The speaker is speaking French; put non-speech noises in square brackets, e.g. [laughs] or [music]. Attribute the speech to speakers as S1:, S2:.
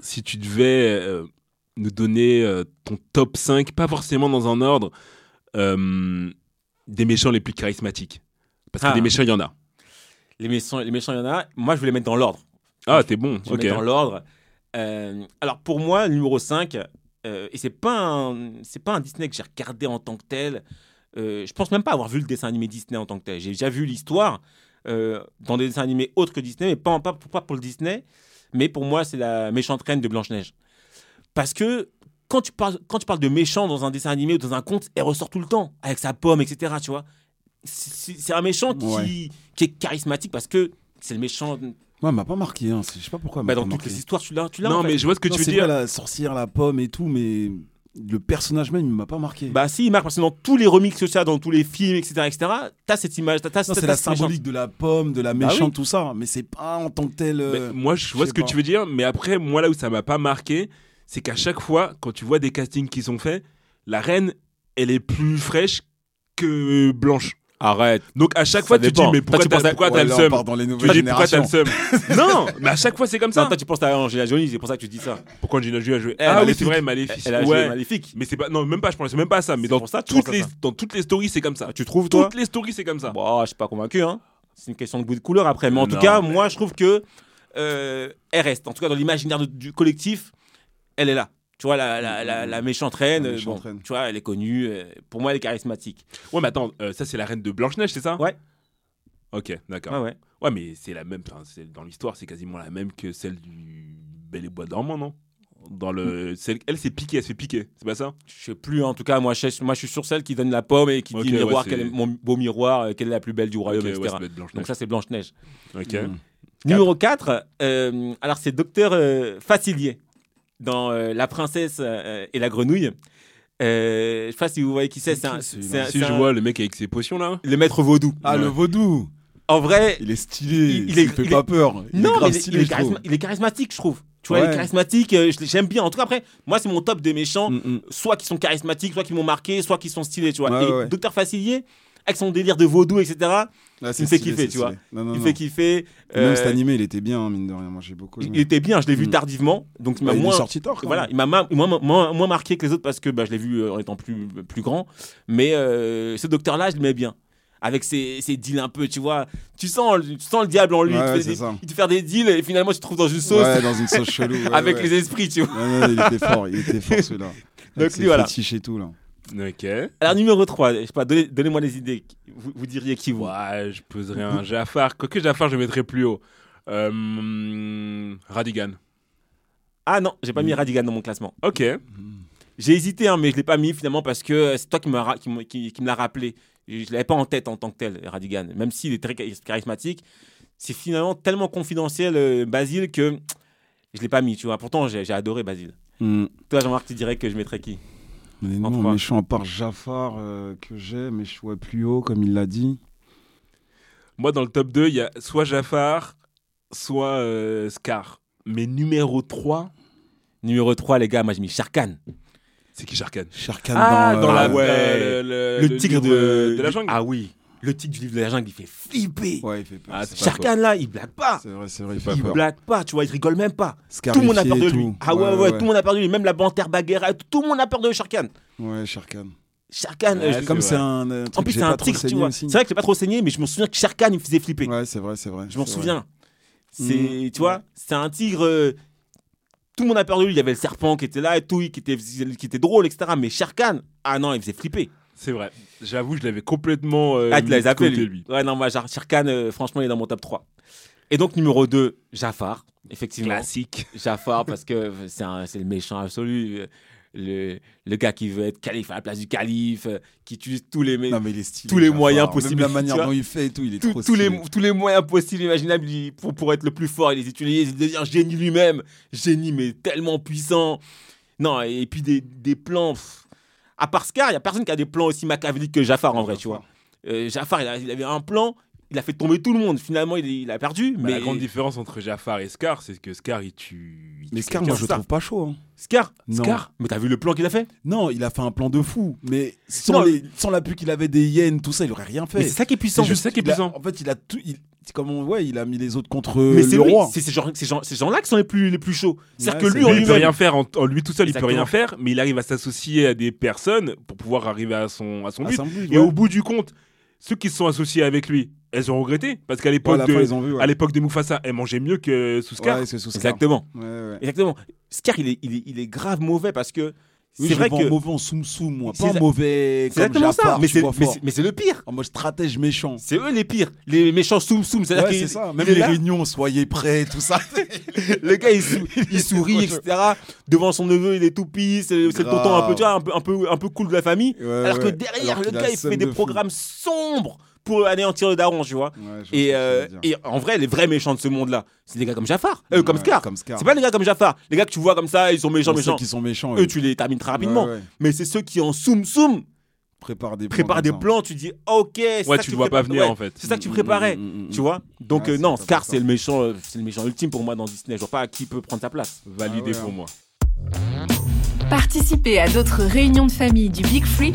S1: si tu devais euh, nous donner euh, ton top 5, pas forcément dans un ordre, euh, des méchants les plus charismatiques. Parce que
S2: Ah.
S1: des méchants, il y en a.
S2: Les méchants, les méchants, il y en a. Moi, je voulais mettre dans l'ordre.
S1: Ah, t'es bon,
S2: Je vais
S1: ok.
S2: mettre dans l'ordre. Euh, alors pour moi, le numéro 5, euh, et c'est pas un, c'est pas un Disney que j'ai regardé en tant que tel. Euh, je pense même pas avoir vu le dessin animé Disney en tant que tel. J'ai déjà vu l'histoire euh, dans des dessins animés autres que Disney, mais pas, pas, pour, pas pour le Disney. Mais pour moi, c'est la méchante reine de Blanche-Neige. Parce que quand tu, parles, quand tu parles de méchant dans un dessin animé ou dans un conte, elle ressort tout le temps, avec sa pomme, etc. Tu vois c'est, c'est- c'est un méchant qui,
S3: Ouais.
S2: qui est charismatique parce que c'est le méchant
S3: Moi, elle m'a pas marqué. Hein. c'est- Je sais pas pourquoi. elle m'a
S2: bah, dans
S3: pas
S2: toutes
S3: marqué.
S2: les histoires, tu l'as. tu l'as,
S1: non,
S2: en fait.
S1: mais je vois ce que
S3: Non,
S1: tu veux
S3: c'est
S1: dire.
S3: vrai, la sorcière, la pomme et tout, mais le personnage même, il m'a pas marqué.
S2: Bah si, il marque parce que dans tous les remixes que ça, dans tous les films, etc., etc., t'as cette image, t'as, t'as-
S3: Non,
S2: t'as
S3: c'est la
S2: cette méchante.
S3: symbolique de la pomme, de la
S2: hein. Bah
S3: méchante,
S2: oui.
S3: tout ça. Mais c'est pas en tant que tel.
S1: Mais
S3: euh,
S1: moi, je vois
S3: je
S1: ce
S3: sais
S1: que
S3: pas.
S1: tu veux dire, mais après, moi, là où ça m'a pas marqué, c'est qu'à chaque fois, quand tu vois des castings qui sont faits, la reine, elle est plus fraîche que blanche.
S2: Arrête.
S1: Donc à chaque
S2: Ça
S1: fois, tu te
S2: dépend.
S1: dis, mais
S2: Toi,
S1: pourquoi
S2: tu
S1: t'as
S2: penses à-
S1: pourquoi
S3: ouais,
S1: t'as le
S3: là, on
S1: seum
S3: part dans les
S1: Tu
S3: nouvelles
S1: dis, pourquoi t'as
S3: générations.
S1: le seum Non, mais à chaque fois, c'est comme ça.
S2: Non, toi tu penses à Angela Jolie, c'est pour ça que tu dis ça.
S1: Pourquoi Angelina Jolie a joué
S2: Elle,
S1: Ah oui,
S2: Maléfique.
S1: c'est vrai, Maléfique.
S2: Elle a joué
S1: Ouais.
S2: maléfique.
S1: Mais c'est pas non même pas je pense même pas à ça mais
S2: C'est
S1: dans
S2: pour ça que tu
S1: toutes
S2: penses à
S1: les
S2: ça.
S1: dans toutes les stories c'est comme ça.
S2: Tu trouves toi
S1: Toutes les stories c'est comme ça.
S2: Bon, je suis pas convaincu. Hein. C'est une question de goût de couleur après. Mais en
S1: Non.
S2: tout cas, moi je trouve que euh, elle reste. En tout cas, dans l'imaginaire de- du collectif, elle est là. Tu vois, la, la, la, la méchante reine,
S3: La
S2: euh,
S3: méchante
S2: bon,
S3: reine.
S2: tu vois, elle est connue. euh, pour moi, elle est charismatique.
S1: Ouais mais attends, euh, ça c'est la reine de Blanche-Neige, c'est ça
S2: Ouais.
S1: OK, d'accord.
S2: Ouais, ouais.
S1: Ah Ouais mais c'est la même enfin, c'est- dans l'histoire, c'est quasiment la même que celle du Belle et Bois dormant, non Dans le celle- elle s'est piquée, elle s'est piquée, c'est pas ça
S2: Je sais plus, hein, en tout cas, moi je, sais- moi je suis sur celle qui donne la pomme et qui
S1: Ok,
S2: dit miroir,
S1: ouais,
S2: quel
S1: c'est-
S2: est mon beau miroir, euh, quelle est la plus belle du royaume,
S1: Ok, ouais,
S2: etc.
S1: ça doit être Blanche-Neige.
S2: Donc ça c'est Blanche-Neige.
S1: OK.
S3: Mm.
S2: Numéro 4, alors c'est Docteur euh, Facilier dans euh, La princesse euh, et la grenouille. Euh, je sais pas si vous voyez qui c'est,
S3: C'est
S2: c'est un-
S3: qui, celui-là
S2: c'est un-
S1: Si
S2: c'est
S1: je
S2: un-
S1: vois le mec avec ses potions là,
S2: le maître vaudou.
S3: Ah, le
S1: Ouais.
S3: vaudou
S2: En vrai,
S3: Il est stylé.
S2: Il-
S3: Il,
S2: il est-
S3: fait
S2: il
S3: pas
S2: est-
S3: peur. Il est
S2: non, mais
S3: grave
S2: il est- il,
S3: stylé,
S2: est
S3: je trouve.
S2: charisma- il est charismatique, je trouve. Tu vois, il
S3: Ouais.
S2: est charismatique, euh, je l'ai- j'aime bien. En tout cas, après, moi c'est mon top des méchants.
S3: Mm, mm.
S2: soit qui sont charismatiques, soit qui m'ont marqué, soit qui sont stylés, tu vois.
S3: Ouais,
S2: et
S3: ouais, ouais.
S2: Docteur Facilier, avec son délire de vaudou, etc.,
S3: Ah,
S2: Il
S3: c'est
S2: me fait
S3: stylé,
S2: kiffer,
S3: c'est
S2: tu vois.
S3: stylé. Non, non,
S2: il
S3: non.
S2: fait kiffer.
S3: Et
S2: euh,
S3: Même cet animé, il était bien, hein, mine de rien. Moi, j'ai beaucoup
S2: il
S3: aimé.
S2: il était bien, je l'ai vu
S3: Mm.
S2: tardivement, donc il
S3: Bah,
S2: m'a
S3: il est
S2: moins.
S3: sorti tard, quand
S2: Voilà,
S3: même.
S2: il m'a ma- moins, moins- moins marqué que les autres parce que bah, je l'ai vu euh, en étant plus, plus grand. Mais euh, ce docteur-là, je l'aimais bien. Avec ses, ses deals un peu, tu vois. Tu sens, tu sens le diable en lui.
S3: Ouais,
S2: il, te fait
S3: c'est
S2: des-
S3: ça.
S2: il te fait des deals et finalement tu te trouves dans une sauce
S3: Ouais, dans une
S2: [laughs]
S3: sauce chelou. ouais,
S2: avec
S3: ouais.
S2: les esprits, tu vois.
S3: Non, non, il était fort, il était
S2: [laughs]
S3: fort celui-là. Avec ses
S2: lui, voilà.
S3: fétiches et tout, là.
S1: OK.
S2: Alors, numéro 3, je sais pas, donnez- donnez-moi des idées. Vous, vous diriez qui vous
S1: Ouais, je poserais un Jafar, quoique Jafar je le mettrais plus haut. Euh, Radigan.
S2: Ah non, j'ai
S3: Mm.
S2: pas mis Radigan dans mon classement.
S1: OK.
S2: Mm. J'ai hésité, hein, mais je l'ai pas mis finalement parce que euh, c'est toi qui me, qui, me- qui, qui me l'a rappelé. Je l'avais pas en tête en tant que tel, Radigan. Même s'il est très chari- charismatique, c'est finalement tellement confidentiel, euh, Basile, que je l'ai pas mis, tu vois. Pourtant, j'ai j'ai adoré Basile.
S3: Mm.
S2: Toi, Jean-Marc, tu dirais que je mettrais qui
S3: Mais
S2: En
S3: non,
S2: trois.
S3: méchant à part Jafar euh, que j'ai, mais je vois plus haut, comme il l'a dit.
S1: Moi, dans le top 2, il y a soit Jafar, soit euh, Scar. Mais numéro 3,
S2: Numéro 3, les gars, moi j'ai mis Sharkan.
S1: c'est qui Sharkan
S3: Sharkan
S2: Ah, dans la- ouais.
S3: euh,
S1: le,
S2: Le, tigre
S1: livre, euh,
S2: de...
S1: de la
S2: du-
S1: jungle.
S2: Ah oui, le tigre du livre de la jungle, il fait flipper.
S3: Ouais, il fait peur.
S1: Ah,
S3: c'est
S1: c'est
S3: pas
S2: Sharkan là, il blague
S3: faux.
S2: pas.
S3: C'est vrai, c'est vrai, il
S1: pas
S3: fait
S2: Il
S1: faux.
S3: peur.
S2: blague pas, tu vois, il rigole même pas. tout le
S3: Scarifié
S2: monde a peur de
S3: et
S2: lui.
S3: tout.
S2: Ah ouais, ouais, tout le monde a peur de lui. Même la panthère baguera, tout le monde a peur de Sharkan.
S3: Ouais, Sharkan.
S2: Sharkan,
S1: Ouais,
S2: euh, je-
S1: c'est
S3: Comme
S1: vrai.
S3: c'est un. euh, truc
S2: en
S3: que
S2: plus
S3: j'ai
S2: c'est un
S3: pas trop
S2: tigre, tu
S3: saigné
S2: vois.
S3: aussi.
S2: C'est vrai que j'ai pas trop saigné, mais je me souviens que Sharkan il faisait flipper.
S3: Ouais, c'est vrai, c'est vrai.
S2: je m'en
S3: c'est
S2: souviens.
S3: Mhm.
S2: C'est, tu vois, c'est un tigre. euh, tout le monde a peur de lui. Il y avait le serpent qui était là et tout, qui était, qui était drôle, etc. Mais Sharkan, ah non, il faisait flipper.
S1: C'est vrai. J'avoue, je l'avais complètement. euh,
S2: ah, tu
S1: mis
S2: l'as
S1: de
S2: appelé
S1: côté,
S2: lui. Ouais, non, moi, Jar- Sharkan, euh, franchement, il est dans mon top 3. Et donc, numéro 2, Jafar, effectivement.
S1: Classique.
S3: [laughs]
S2: Jafar parce que c'est un- c'est le méchant absolu. euh, Le, le gars qui veut être calife à la place du calife, euh, qui tue tous les, mé-
S3: Non, mais il est stylé.
S2: Tous les
S3: Jafar.
S2: moyens
S3: Même
S2: possibles,
S3: La
S2: tu
S3: manière
S2: vois.
S3: dont il fait et tout, il est
S2: Tous-
S3: trop
S2: tous,
S3: stylé.
S2: les, tous les moyens possibles, imaginables il- pour, pour être le plus fort. Il les utilise, il devient génie lui-même. Génie, mais tellement puissant. Non, et puis des, des plans. pff. À part Scar, il n'y a personne qui a des plans aussi machiavéliques que Jafar en vrai, tu vois. Euh, Jafar, il, a- il avait un plan, il a fait tomber tout le monde. Finalement, il, il a perdu.
S3: Bah,
S1: Mais
S2: Mais
S1: la grande différence entre Jafar et Scar, c'est que Scar, il tue. il tue
S3: Mais Scar,
S1: quelqu'un.
S3: moi, je le
S2: ça.
S3: trouve pas chaud. hein.
S2: Scar,
S3: Non.
S2: Scar, mais t'as vu le plan qu'il a fait
S3: Non, il a fait un plan de fou, mais sans,
S2: Non.
S3: les- sans la pluie qu'il avait des hyènes, tout ça, il aurait rien fait.
S2: Mais c'est ça qui est puissant.
S1: C'est juste ça qui est
S3: il a-
S1: puissant.
S3: en fait, il a tout. il- c'est comme on- ouais, il a mis les autres contre
S2: Mais c'est
S3: le
S2: lui,
S3: roi.
S2: c'est ces gens, ces gens, ces gens-là qui sont les plus, les plus chauds. C'est-à-dire
S3: Ouais,
S2: que
S3: c'est
S2: lui,
S1: Lui,
S2: en
S1: il peut
S2: lui-même,
S1: rien faire en, en lui tout seul, il peut
S2: Exactement.
S1: rien faire, mais il arrive à s'associer à des personnes pour pouvoir arriver à son, à son
S3: Ah,
S1: but.
S3: c'est un but,
S1: Et
S3: ouais.
S1: au bout du compte, ceux qui se sont associés avec lui, elles ont regretté parce qu'à
S3: Ouais, à
S1: l'époque
S3: la fin,
S1: de,
S3: ils ont vu. Ouais.
S1: à l'époque de Mufasa, elle mangeait mieux que Souskar.
S3: Ouais, c'est Souscar.
S2: Exactement.
S3: Ouais, ouais.
S2: Exactement. Scar, il est, il est, il est grave mauvais parce que c'est
S3: Oui, je
S2: vrai
S3: vends
S2: que.
S3: mauvais en soum soum, moi.
S2: C'est
S3: Pas
S2: exa-
S3: mauvais
S2: C'est
S3: comme
S2: exactement ça.
S3: Jafar,
S2: Mais
S3: tu
S2: c'est-
S3: vois,
S2: mais
S3: fort.
S2: c'est mais c'est le pire.
S3: En mode stratège méchant.
S2: C'est eux les pires. Les méchants soum soum. C'est-à-dire
S3: Ouais,
S2: qu'ils-
S3: c'est ça. Même
S2: il est
S3: les
S2: là.
S3: réunions, soyez prêts, tout ça.
S2: Le gars, il,
S3: [laughs]
S2: sou- il sourit,
S3: trop
S2: etc. Devant son neveu, il est tout pisse. C'est c'est le
S3: Grave.
S2: tonton un peu, tu vois, un peu, un peu, un peu cool de la famille.
S3: Ouais, ouais.
S2: Alors que derrière,
S3: Alors
S2: le
S3: qu'il a
S2: gars,
S3: le
S2: il
S3: seum
S2: fait des
S3: de fou.
S2: programmes sombres pour anéantir le daron, tu vois.
S3: Ouais, je vois ce que tu
S2: Et,
S3: veux
S2: euh,
S3: dire.
S2: et en vrai, les vrais méchants de ce monde-là, c'est des gars comme Jafar, euh, comme
S3: Ouais,
S2: Scar.
S3: Comme Scar.
S2: C'est pas les gars comme Jafar. Les gars que tu vois comme ça, ils sont méchants,
S3: Bon, ceux
S2: méchants.
S3: qui sont méchants.
S2: Eux,
S3: ils
S2: tu les termines très rapidement.
S3: Ouais, ouais.
S2: Mais c'est ceux qui en soum soum
S3: Préparent des plans
S2: préparent
S3: comme
S2: des
S3: ça.
S2: plans. Tu dis, ok, c'est
S1: Ouais,
S2: ça
S1: tu
S2: que
S1: le vois pas
S2: prépares-
S1: venir
S2: ouais,
S1: en fait.
S2: C'est ça que tu
S3: Mm,
S2: préparais,
S3: mm, mm, mm,
S2: tu
S3: mm.
S2: vois. Donc
S3: Ouais,
S2: euh,
S3: c'est
S2: non,
S3: pas
S2: Scar,
S3: ça.
S2: c'est le méchant, euh, c'est le méchant ultime pour moi dans Disney. Je vois pas qui peut prendre sa place.
S1: Validé
S3: Ah ouais,
S1: pour
S3: hein.
S1: moi.
S4: Participez à d'autres réunions de famille du Big Free